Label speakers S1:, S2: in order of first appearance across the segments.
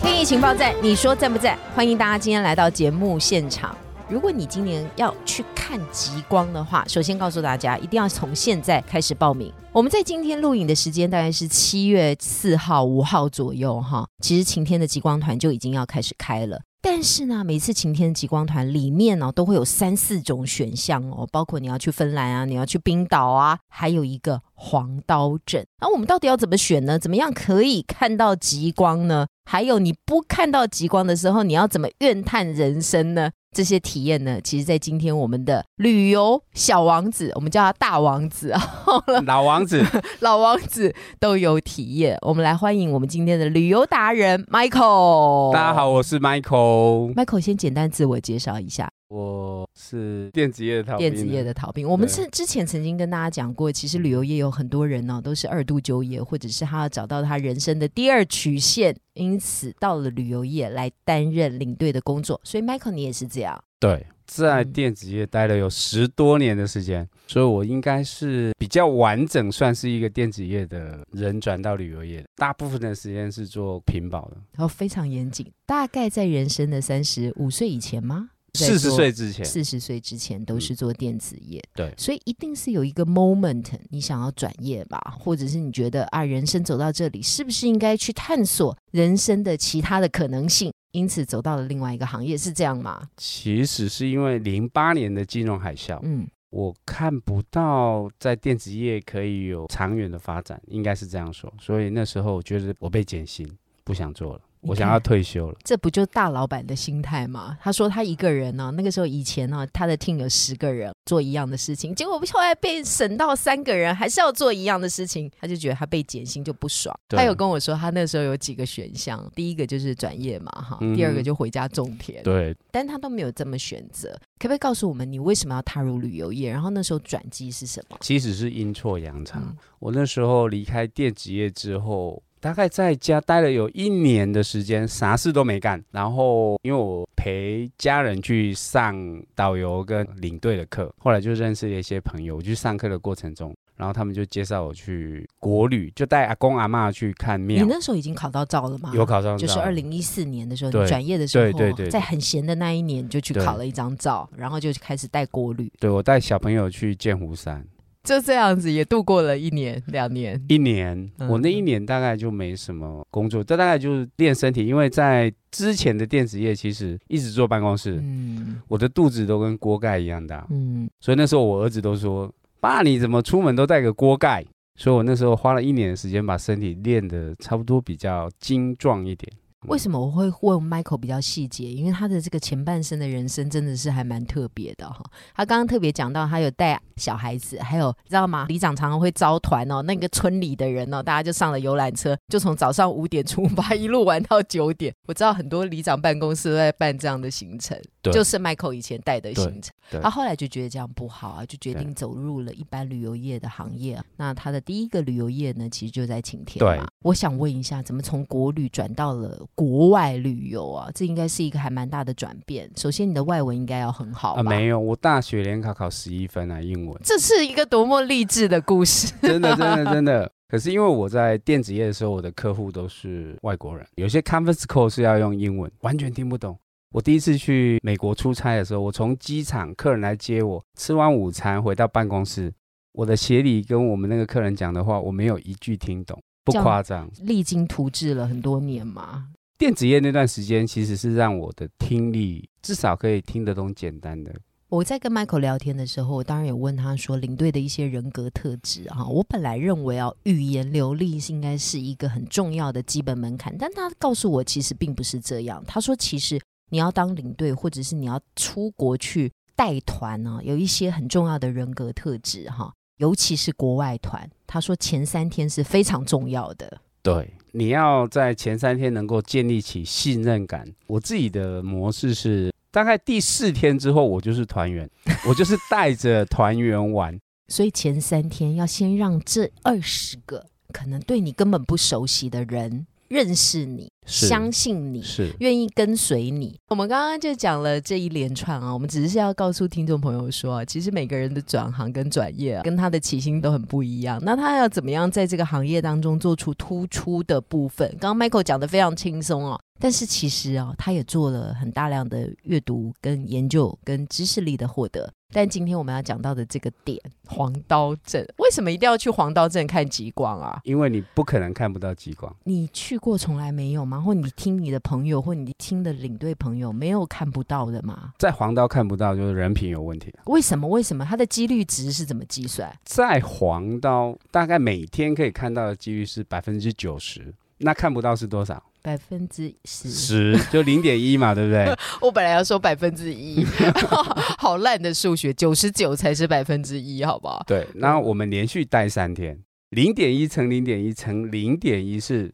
S1: 天意情报站，你说赞不赞？欢迎大家今天来到节目现场。如果你今年要去看极光的话，首先告诉大家，一定要从现在开始报名。我们在今天录影的时间大概是七月四号、五号左右哈。其实晴天的极光团就已经要开始开了。但是呢，每次晴天极光团里面呢、都会有三四种选项哦，包括你要去芬兰啊，你要去冰岛啊，还有一个黄刀镇。那、我们到底要怎么选呢？怎么样可以看到极光呢？还有你不看到极光的时候，你要怎么怨叹人生呢？这些体验呢，其实，在今天我们的旅游小王子，我们叫他大王子啊，
S2: 老王子，
S1: 老王子都有体验。我们来欢迎我们今天的旅游达人 Michael。
S2: 大家好，我是 Michael，
S1: Michael 先简单自我介绍一下，
S2: 我是电子业的逃啊兵
S1: 电子业的逃兵。我们是之前曾经跟大家讲过，其实旅游业有很多人呢、都是二度就业，或者是他要找到他人生的第二曲线，因此到了旅游业来担任领队的工作。所以 Michael 你也是这样，
S2: 对，在
S1: 嗯
S2: 电子业待了有十多年的时间，所以我应该是比较完整，算是一个电子业的人转到旅游业的，大部分的时间是做屏保的，
S1: 然后哦非常严谨，大概在人生的三十五岁以前吗？在
S2: 四十
S1: 做
S2: 岁之前，
S1: 四十岁之前都是做电子业，
S2: 对
S1: 所以一定是有一个 moment 你想要转业吧，或者是你觉得啊，人生走到这里，是不是应该去探索人生的其他的可能性？因此走到了另外一个行业，是这样吗？
S2: 其实是因为零八年的金融海啸，
S1: 嗯，
S2: 我看不到在电子业可以有长远的发展，应该是这样说。所以那时候我觉得我被减薪，不想做了，
S1: 你看
S2: 我想要退休了。
S1: 这不就大老板的心态吗？他说他一个人呢、那个时候以前呢、他的 team 有十个人做一样的事情，结果后来被省到三个人，还是要做一样的事情，他就觉得他被减薪就不爽。
S2: 对
S1: 他有跟我说，他那时候有几个选项，第一个就是转业嘛，哈，
S2: 嗯
S1: 第二个就回家种田，
S2: 对，
S1: 但他都没有这么选择。可不可以告诉我们，你为什么要踏入旅游业？然后那时候转机是什么？
S2: 其实是阴错阳差。
S1: 嗯
S2: 我那时候离开电子业之后，大概在家待了有一年的时间，啥事都没干。然后因为我陪家人去上导游跟领队的课，后来就认识了一些朋友。我去上课的过程中，然后他们就介绍我去国旅，就带阿公阿嬷去看
S1: 你
S2: 庙。
S1: 那时候已经考到照了吗？
S2: 有考上照，
S1: 就是二零一四年的时候，
S2: 对
S1: 你转业的时候，
S2: 对对对对
S1: 在很闲的那一年，你就去
S2: 对
S1: 考了一张照，然后就开始带国旅，
S2: 对我带小朋友去剑湖山
S1: 就这样子也度过了一年两年。
S2: 一年，
S1: 嗯
S2: 我那一年大概就没什么工作，这大概就是练身体，因为在之前的电子业其实一直坐办公室，
S1: 嗯
S2: 我的肚子都跟锅盖一样大，
S1: 嗯，
S2: 所以那时候我儿子都说：“爸，你怎么出门都带个锅盖？”所以我那时候花了一年的时间把身体练得差不多比较精壮一点。
S1: 为什么我会问 Michael 比较细节？因为他的这个前半生的人生真的是还蛮特别的哈。他刚刚特别讲到，他有带小孩子，还有知道吗？里长常常会招团哦，那个村里的人哦，大家就上了游览车，就从早上五点出发，一路玩到九点。我知道很多里长办公室都在办这样的行程，
S2: 对
S1: 就是 Michael 以前带的行程。
S2: 对对
S1: 他、后来就觉得这样不好啊，就决定走入了一般旅游业的行业啊。那他的第一个旅游业呢，其实就在晴天嘛
S2: 对。
S1: 我想问一下，怎么从国旅转到了国外旅游啊？这应该是一个还蛮大的转变。首先，你的外文应该要很好
S2: 啊、
S1: 吧？
S2: 没有，我大学联考考十一分啊，英文。
S1: 这是一个多么励志的故事。
S2: 真的，真的，真的。可是因为我在电子业的时候，我的客户都是外国人，有些 conference call 是要用英文，完全听不懂。我第一次去美国出差的时候，我从机场客人来接我，吃完午餐回到办公室，我的协理跟我们那个客人讲的话，我没有一句听懂，不
S1: 这样
S2: 夸张。
S1: 历经图治了很多年嘛，
S2: 电子业那段时间，其实是让我的听力至少可以听得懂简单的。
S1: 我在跟 Michael 聊天的时候，我当然有问他说领队的一些人格特质哈、我本来认为啊，语言流利是应该是一个很重要的基本门槛，但他告诉我其实并不是这样。他说，其实你要当领队，或者是你要出国去带团呢、有一些很重要的人格特质哈、尤其是国外团。他说前三天是非常重要的。
S2: 对，你要在前三天能够建立起信任感。我自己的模式是，大概第四天之后，我就是团 员，我就是带着团员玩。
S1: 所以前三天要先让这二十个可能对你根本不熟悉的人认识你，
S2: 是
S1: 相信你。
S2: 是
S1: 愿意跟随你。我们刚刚就讲了这一连串啊，我们只是要告诉听众朋友说啊，其实每个人的转行跟转业、啊、跟他的起薪都很不一样。那他要怎么样在这个行业当中做出突出的部分？刚刚 Michael 讲的非常轻松哦，但是其实啊，他也做了很大量的阅读、跟研究、跟知识力的获得。但今天我们要讲到的这个点，黄刀镇，为什么一定要去黄刀镇看极光啊？
S2: 因为你不可能看不到极光。
S1: 你去过从来没有吗？或你听你的朋友，或你听的领队朋友没有看不到的吗？
S2: 在黄刀看不到，就是人品有问题。
S1: 为什么？为什么它的几率值是怎么计算？
S2: 在黄刀，大概每天可以看到的几率是百分之九十，那看不到是多少？
S1: 百分之十。
S2: 十，就零点一嘛，对不对？
S1: 我本来要说百分之一， 好烂的数学，九十九才是百分之一，好不好？
S2: 对。
S1: 嗯
S2: 然后我们连续待三天，零点一乘零点一乘零点一是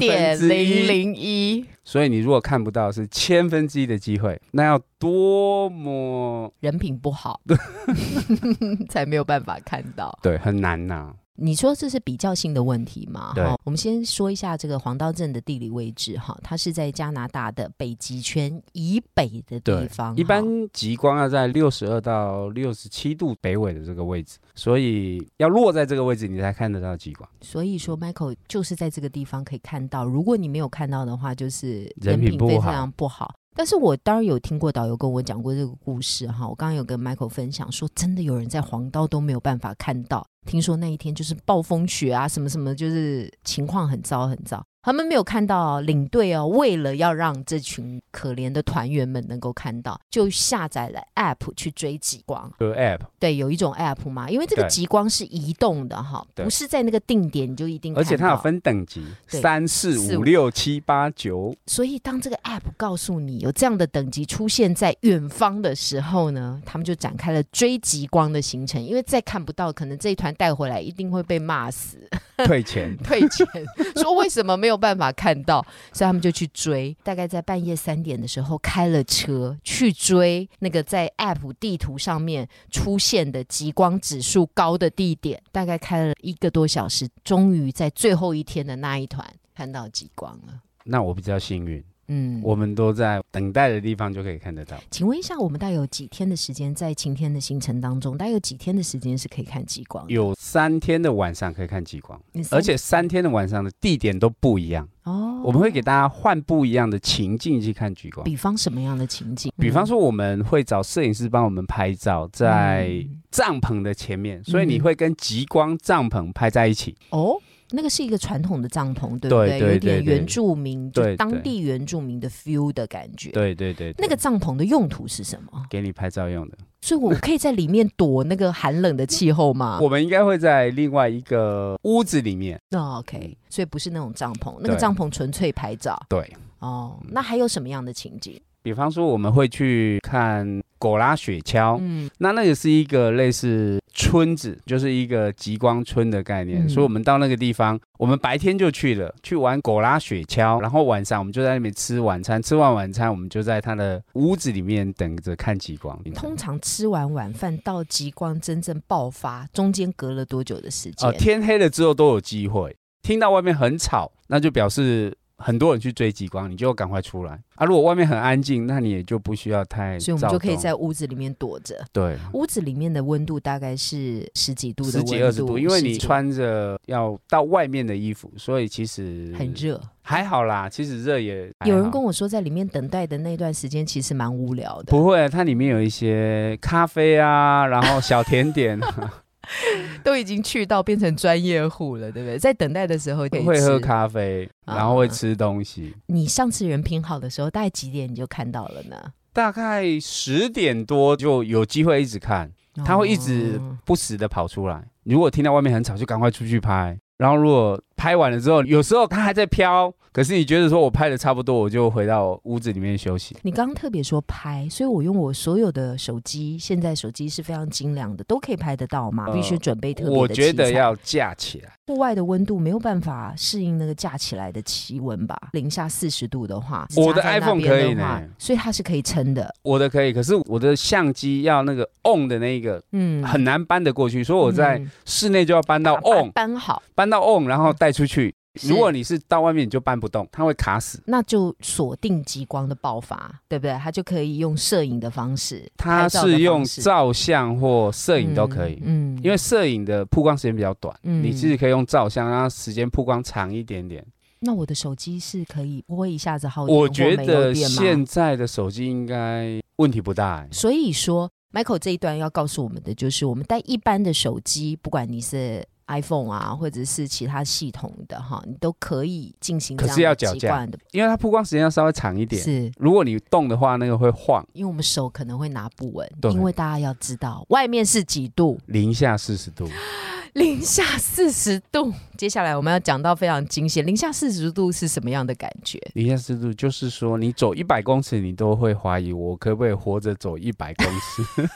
S1: 零
S2: 分
S1: 点
S2: 之
S1: 零
S2: 一，
S1: 零一，
S2: 所以你如果看不到是千分之一的机会，那要多么
S1: 人品不 好，才没有办法看到。
S2: 对很难呐、
S1: 你说这是比较性的问题嘛？
S2: 对
S1: 哈，我们先说一下这个黄刀镇的地理位置哈，它是在加拿大的北极圈以北的地
S2: 对
S1: 方。
S2: 一般
S1: 哈
S2: 极光要在六十二到六十七度北纬的这个位置，所以要落在这个位置，你才看得到极光。
S1: 所以说 Michael 就是在这个地方可以看到，如果你没有看到的话，就是
S2: 人品
S1: 品
S2: 不
S1: 非
S2: 好
S1: 常不好。但是我当然有听过导游跟我讲过这个故事哈，我刚刚有跟 Michael 分享说，真的有人在黄刀都没有办法看到，听说那一天就是暴风雪啊，什么什么，就是情况很糟很糟。他们没有看到哦领队哦，为了要让这群可怜的团员们能够看到，就下载了 App 去追极光。
S2: 就是 App，
S1: 对，有一种 app 嘛，因为这个
S2: 对
S1: 极光是移动的哈，
S2: 对
S1: 不是在那个定点你就一定看
S2: 而
S1: 到。
S2: 且它有，分等级，
S1: 对
S2: 三四
S1: 四
S2: 五
S1: 五
S2: 六七 八九，
S1: 所以当这个 app 告诉你有这样的等级出现在远方的时候呢，他们就展开了追极光的行程，因为再看不到，可能这一团带回来一定会被骂死、。
S2: 退钱
S1: 退钱， 说为什么没有办法看到，所以他们就去追。大概在半夜三点的时候开了车去追那个在 app 地图上面出现的极光指数高的地点，大概开了一个多小时，终于在最后一天的那一团看到极光了。
S2: 那我比较幸运，
S1: 嗯，
S2: 我们都在等待的地方就可以看得到。
S1: 请问一下，我们大概有几天的时间在晴天的行程当中，大概有几天的时间是可以看极光的？
S2: 有三天的晚上可以看极光，
S1: 你三
S2: 而且三天的晚上的地点都不一样，
S1: 哦，
S2: 我们会给大家换不一样的情境去看极光。
S1: 比方什么样的情景？
S2: 比方
S1: 嗯
S2: 说，我们会找摄影师帮我们拍照，在
S1: 嗯
S2: 帐篷的前面，所以你
S1: 嗯
S2: 会跟极光帐篷拍在一起。
S1: 哦，那个是一个传统的帐篷，对不
S2: 对对
S1: 有
S2: 对
S1: 点
S2: 对
S1: 原住民，就
S2: 对
S1: 当
S2: 对
S1: 地原住民的 feel 的感觉。
S2: 对对对
S1: 那个
S2: 对
S1: 帐篷的用途是什么？
S2: 给你拍照用的。
S1: 所以我可以在里面躲那个寒冷的气候吗
S2: 我们应该会在另外一个屋子里面。
S1: 那？OK，所哦以不是那种帐篷，那个
S2: 对
S1: 帐篷纯粹拍照。
S2: 对，
S1: 哦，那还有什么样的情景？
S2: 比方说我们会去看狗拉雪橇，
S1: 嗯，
S2: 那那个是一个类似村子，就是一个极光村的概念。
S1: 嗯
S2: 所以我们到那个地方，我们白天就去了，去玩狗拉雪橇，然后晚上我们就在那边吃晚餐，吃完晚餐我们就在他的屋子里面等着看极光。
S1: 通常吃完晚饭到极光真正爆发，中间隔了多久的时间？
S2: 哦，天黑了之后都有机会。听到外面很吵，那就表示很多人去追极光，你就赶快出来啊。如果外面很安静，那你也就不需要太
S1: 所以我们
S2: 躁
S1: 就可以
S2: 动
S1: 在屋子里面躲着。
S2: 对
S1: 屋子里面的温度大概是十几度的
S2: 十
S1: 温度，
S2: 几二十度，因为
S1: 十
S2: 你
S1: 几
S2: 穿着要到外面的衣服，所以其实
S1: 很，热。
S2: 还好啦。其实热也还好
S1: 有人跟我说，在里面等待的那段时间其实蛮无聊的，
S2: 不会，啊它里面有一些咖啡啊，然后小 甜点啊，
S1: 都已经去到变成专业户了，对不对？在等待的时候可以
S2: 会
S1: 吃啊
S2: 喝。咖啡，然后会吃东西。
S1: 你上次人品好的时候，大概几点你就看到了呢？
S2: 大概十点多就有机会一直看，它会一直
S1: 哦
S2: 不时的跑出来。如果听到外面很吵，就赶快出去拍。然后如果拍完了之后，有时候它还在飘，可是你觉得说我拍的差不多，我就回到屋子里面休息。
S1: 你刚刚特别说拍，所以我用我所有的手机，现在手机是非常精良的，都可以拍得到嘛？
S2: 呃
S1: 必须准备特别的
S2: 我觉
S1: 器材
S2: 得要架起来，
S1: 户外的温度没有办法适应那个架起来的气温吧？零下四十度的话，
S2: 我的
S1: 夹在那
S2: iPhone
S1: 边
S2: 可以
S1: 的话
S2: 呢
S1: 所以它是可以撑的。
S2: 我的可以，可是我的相机要那个 on 的那一个
S1: 嗯，
S2: 很难搬得过去，所以我在
S1: 嗯
S2: 室内就要搬到
S1: 把它
S2: on，
S1: 搬好，
S2: 搬到 on，然后带出去。
S1: 是
S2: 如果你是到外面，你就搬不动，它会卡死。
S1: 那就锁定极光的爆发，对不对？它就可以用摄影的方式，
S2: 它
S1: 拍照的
S2: 是用
S1: 方式
S2: 照相或摄影都可以，
S1: 嗯，嗯
S2: 因为摄影的曝光时间比较短，
S1: 嗯
S2: 你自己可以用照相，让它时间曝光长一点点。
S1: 那我的手机是可以不会一下子耗电，
S2: 我觉
S1: 或没有
S2: 得
S1: 电吗
S2: 现在的手机应该问题不大、欸。
S1: 所以说，Michael 这一段要告诉我们的就是，我们带一般的手机，不管你是 iPhone 啊，或者是其他系统的哈，你都可以进行这
S2: 可是要
S1: 样
S2: 脚
S1: 的
S2: 架
S1: 习惯的，
S2: 因为它曝光时间要稍微长一点。
S1: 是。
S2: 如果你动的话，那个会晃，
S1: 因为我们手可能会拿不稳，
S2: 对
S1: 因为大家要知道外面是几度，
S2: 零下四十度，
S1: 零下四十度。接下来我们要讲到非常惊险，零下四十度是什么样的感觉？
S2: 零下四十度就是说你走一百公尺，你都会怀疑我可不可以活着走一百公 尺。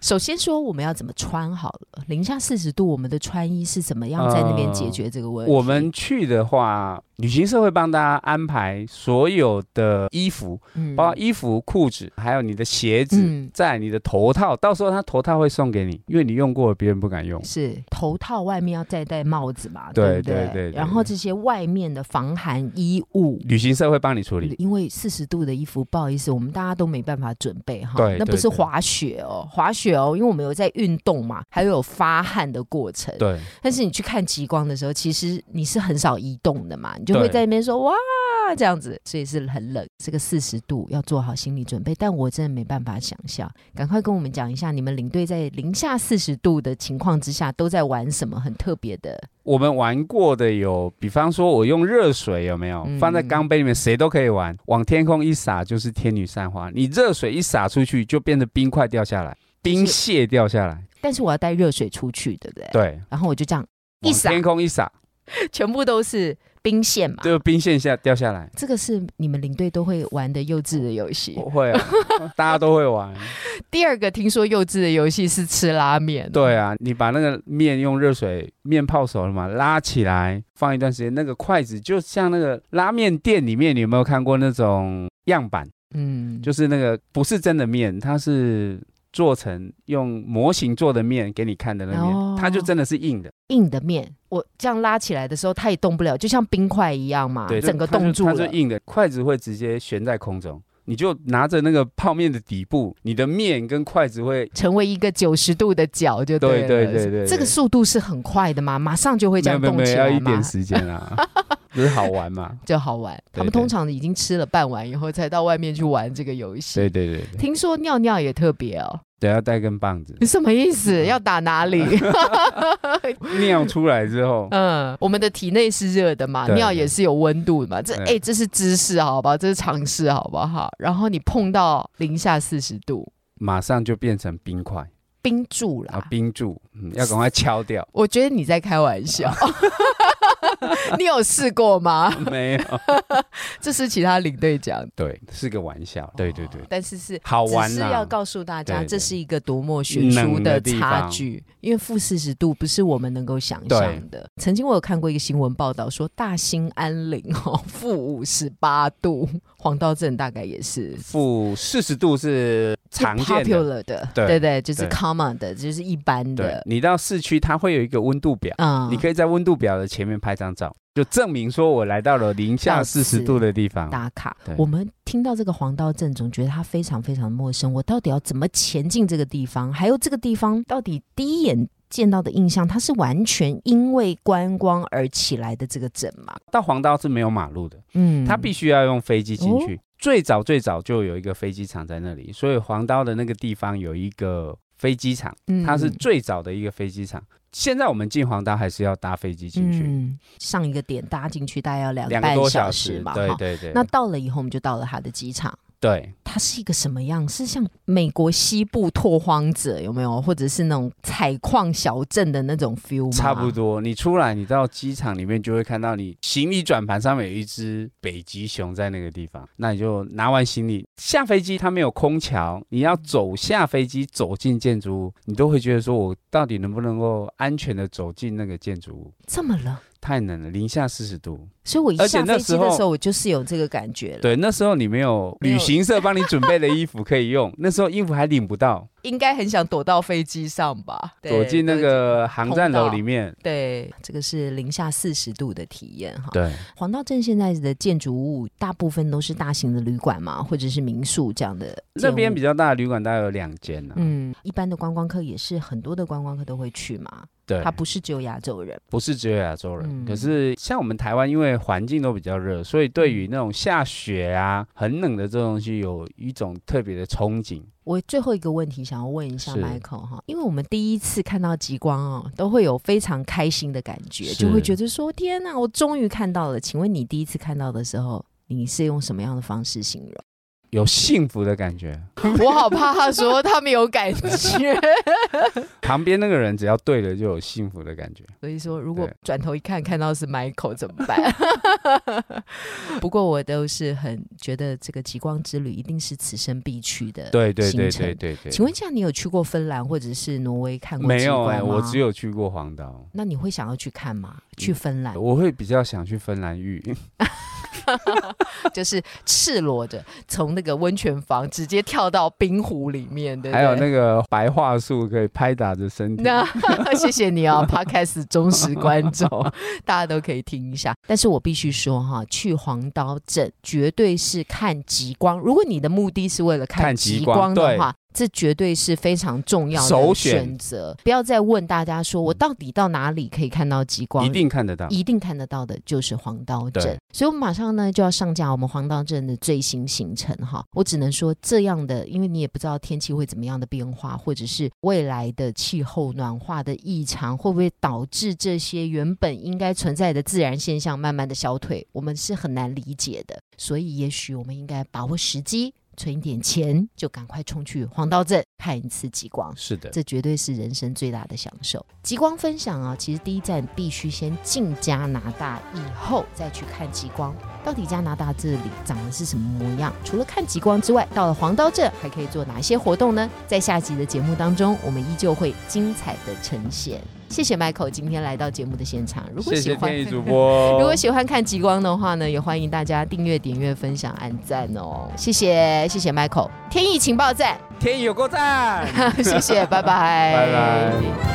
S1: 首先说我们要怎么穿好了，零下四十度，我们的穿衣是怎么样在那边解决这个问题？
S2: 我们去的话，旅行社会帮大家安排所有的衣服，
S1: 嗯
S2: 包括衣服、裤子，还有你的鞋子，
S1: 嗯
S2: 在你的头套，到时候他头套会送给你，因为你用过了，别人不敢用。
S1: 是头套外面要再戴帽子嘛，
S2: 对
S1: 不对
S2: 对对对
S1: 然后这些外面的防寒衣物。
S2: 旅行社会帮你处理，
S1: 因为四十度的衣服，不好意思，我们大家都没办法准备哈。
S2: 对
S1: 那不是
S2: 对对
S1: 滑雪哦，滑雪哦，因为我们有在运动嘛，还有发汗的过程。
S2: 对，
S1: 但是你去看极光的时候，其实你是很少移动的嘛，你就会
S2: 对
S1: 在那边说哇这样子，所以是很冷。这个四十度要做好心理准备，但我真的没办法想象。赶快跟我们讲一下，你们领队在零下四十度的情况之下都在玩什么很特别的？
S2: 我们玩过的有，比方说我用热水有没有、
S1: 嗯
S2: 放在钢杯里面，谁都可以玩，往天空一撒就是天女散花，你热水一洒出去就变成冰块掉下来，冰屑掉下来，
S1: 但是我要带热水出去，对不对？。
S2: 对，
S1: 然后我就这样，呃一
S2: 往
S1: 撒
S2: 天空一撒
S1: 全部都是冰线嘛。
S2: 就冰线下掉下来，
S1: 这个是你们领队都会玩的幼稚的游戏。
S2: 会 啊，大家都会玩，
S1: 第二个听说幼稚的游戏是吃拉面，哦
S2: 对啊，你把那个面用热水面泡熟了嘛，拉起来放一段时间，那个筷子就像那个拉面店里面，你有没有看过那种样板？
S1: 嗯，
S2: 就是那个不是真的面，它是做成用模型做的面给你看的那面，
S1: 哦
S2: 它就真的是硬的，
S1: 硬的面，我这样拉起来的时候，它也动不了，就像冰块一样嘛，
S2: 对，
S1: 整个
S2: 它就
S1: 冻住
S2: 它
S1: 了
S2: 是。硬的，筷子会直接悬在空中，你就拿着那个泡面的底部，你的面跟筷子会
S1: 成为一个九十度的角就了。
S2: 对对对对对
S1: 这个速度是很快的嘛，马上就会这
S2: 没有
S1: 样
S2: 没有
S1: 动
S2: 没
S1: 起
S2: 有要
S1: 来
S2: 一
S1: 嘛
S2: 点，时间啊， 不是好玩嘛？
S1: 就好玩。 他们
S2: 对
S1: 通常已经吃了半碗以后，才到外面去玩这个游戏。
S2: 对对对对，
S1: 听说尿尿也特别哦，
S2: 得要带根棒子，
S1: 你什么意
S2: 嗯
S1: 思？要打哪 里？
S2: 尿出来之后，
S1: 嗯，我们的体内是热的嘛，
S2: 对
S1: 尿也是有温度的嘛。这哎、
S2: 对
S1: 这是知识好吧？这是常识好不好？然后你碰到零下四十度，
S2: 马上就变成冰块
S1: 冰柱啦。。
S2: 啊，冰柱，嗯，要赶快敲掉
S1: 我觉得你在开玩笑，你有试过吗？
S2: 没有，
S1: 这是其他领队讲的，
S2: 对，是个玩笑，对对对，
S1: 但是是。
S2: 好
S1: 只
S2: 玩
S1: 是
S2: 呐、
S1: 要告诉大家，
S2: 对对
S1: 这是一个多么悬殊
S2: 冷的地
S1: 差
S2: 方
S1: 距，因为负四十度不是我们能够想象的。曾经我有看过一个新闻报道说，大兴安岭哦， 负五十八度，黄道镇大概也是
S2: 负四十度是常
S1: 是
S2: 见的。
S1: popular 的，
S2: 对
S1: 对对，就是
S2: 对
S1: common 的，就是一般
S2: 对
S1: 的，
S2: 你到市区，它会有一个温度表，
S1: 啊。
S2: 你可以在温度表的前面拍张照，就证明说我来到了零下四十度的地方。
S1: 打卡
S2: 啊对。
S1: 我们听到这个黄道镇，总觉得它非常非常陌生。我到底要怎么前进这个地方？还有这个地方到底第一眼见到的印象，它是完全因为观光而起来的这个镇嘛？
S2: 到黄刀是没有马路的，
S1: 嗯，哦
S2: 它必须要用飞机进去。最早最早就有一个飞机场在那里，所以黄刀的那个地方有一个飞机场，
S1: 嗯
S2: 它是最早的一个飞机场。现在我们进黄刀还是要搭飞机进去，
S1: 嗯上一个点搭进去大概要两
S2: 两、
S1: 半
S2: 个多
S1: 小
S2: 时
S1: 嘛，
S2: 对
S1: 哈。
S2: 对对，
S1: 那到了以后，我们就到了它的机场。
S2: 对，
S1: 它是一个什么样？是像美国西部拓荒者有没有，或者是那种采矿小镇的那种 feel 吗？
S2: 差不。多。你出来，你到机场里面就会看到你行李转盘上面有一只北极熊在那个地方，那你就拿完行李下飞机，它没有空桥，你要走下飞机走进建筑物，你都会觉得说我到底能不能够安全的走进那个建筑物？
S1: 这么冷，
S2: 太冷了，零下四十度。
S1: 所以我一
S2: 而且
S1: 下
S2: 那
S1: 飞机
S2: 时
S1: 的
S2: 候
S1: 时候，我就是有这个感觉了。
S2: 对，那时候你没
S1: 没
S2: 有
S1: 有
S2: 旅行社帮你准备的衣服可以用，那时候衣服还领不到，
S1: 应该很想躲到飞机上吧？对
S2: 躲进那。个航站楼
S1: 通道
S2: 里面。
S1: 对，这个是零下四十度的体验哈。
S2: 对，
S1: 黄道镇现在的建筑物大部分都是大型的旅馆嘛，或者是民宿这样的建
S2: 那
S1: 物。
S2: 边比较大的旅馆大概有两间啊呢。
S1: 嗯，一般的观光客也是很多的观光客都会去嘛，
S2: 对，
S1: 它不是只有亚洲人。
S2: 不是只有亚洲人，
S1: 嗯
S2: 可是像我们台湾，因为环境都比较热，所以对于那种下雪啊、很冷的这种东西，有一种特别的憧憬。
S1: 我最后一个问题想要问一下
S2: 是
S1: Michael 哈，因为我们第一次看到极光哦，都会有非常开心的感觉，
S2: 是
S1: 就会觉得说天哪，我终于看到了。请问你第一次看到的时候，你是用什么样的方式形容？
S2: 有幸福的感觉，
S1: 我好怕他说他没有感觉，
S2: 旁边那个人只要对了，就有幸福的感觉。
S1: 所以说如果
S2: 对
S1: 转头一看看到是 Michael 怎么办？ 不过我都是很觉得这个极光之旅一定是此生必去的
S2: 对对对
S1: 行程
S2: 对对对。
S1: 请问一下，你有去过芬兰或者是挪威看过
S2: 没
S1: 极
S2: 有
S1: 光
S2: 哎、
S1: 吗？
S2: 我只有去过黄岛，
S1: 那你会想要去看吗？
S2: 嗯
S1: 去芬兰，
S2: 我会比较想去芬 兰浴。
S1: 就是赤裸着从那个温泉房直接跳到冰湖里面，对不对？
S2: 还有那个白桦树可以拍打着身体。
S1: 那谢谢你啊，Podcast 忠实观众，大家都可以听一下。但是我必须说哈，去黄刀镇绝对是看极光。如果你的目的是为了看
S2: 看极
S1: 极光
S2: 光
S1: 的话，这绝对是非常重要的
S2: 首选
S1: 选择。不要再问大家说我到底到哪里可以看到极光，
S2: 一定看得到，
S1: 一定看得到的就是黄刀镇
S2: 对，
S1: 所以我们马上呢就要上架我们黄刀镇的最新行程哈。我只能说这样的，因为你也不知道天气会怎么样的变化，或者是未来的气候暖化的异常会不会导致这些原本应该存在的自然现象慢慢的消退，我们是很难理解的。所以也许我们应该把握时机，存一点钱，就赶快冲去黄刀镇看一次极光。
S2: 是的，
S1: 这绝对是人生最大的享受。极光分享啊，其实第一站必须先进加拿大，以后再去看极光。到底加拿大这里长得是什么模样？除了看极光之外，到了黄刀镇还可以做哪些活动呢？在下集的节目当中，我们依旧会精彩的呈现。谢谢 Michael 今天来到节目的现场。如果
S2: 谢
S1: 喜
S2: 谢
S1: 欢
S2: 天意主播。
S1: 如果喜欢看极光的话呢，也欢迎大家订阅、点阅、分享、按赞哦。谢谢，谢谢 Michael。天意情报站，
S2: 天意有够赞。
S1: 谢谢，拜拜，
S2: 拜拜。